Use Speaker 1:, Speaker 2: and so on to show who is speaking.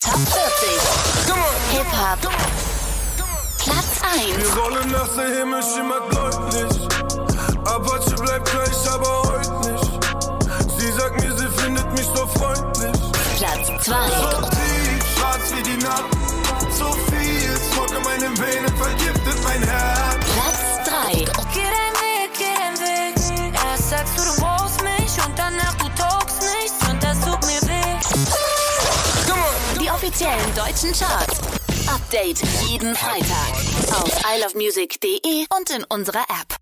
Speaker 1: Top 40. Hip-Hop. Platz 1.
Speaker 2: Wir rollen nach der Himmel schimmert deutlich. Apache bleibt gleich, aber heute nicht. Sie sagt mir, sie findet mich so freundlich.
Speaker 1: Platz 2.
Speaker 2: So tief, schwarz wie die Nacht. So viel Smoke in meinen Venen vergiftet mein Herz.
Speaker 1: Platz 3.
Speaker 3: Geh dein Weg, geh dein Weg. Erst sagst du, du brauchst mich und danach du taugst nichts und das tut mir weh.
Speaker 1: Die offiziellen deutschen Charts. Update jeden Freitag auf isleofmusic.de und in unserer App.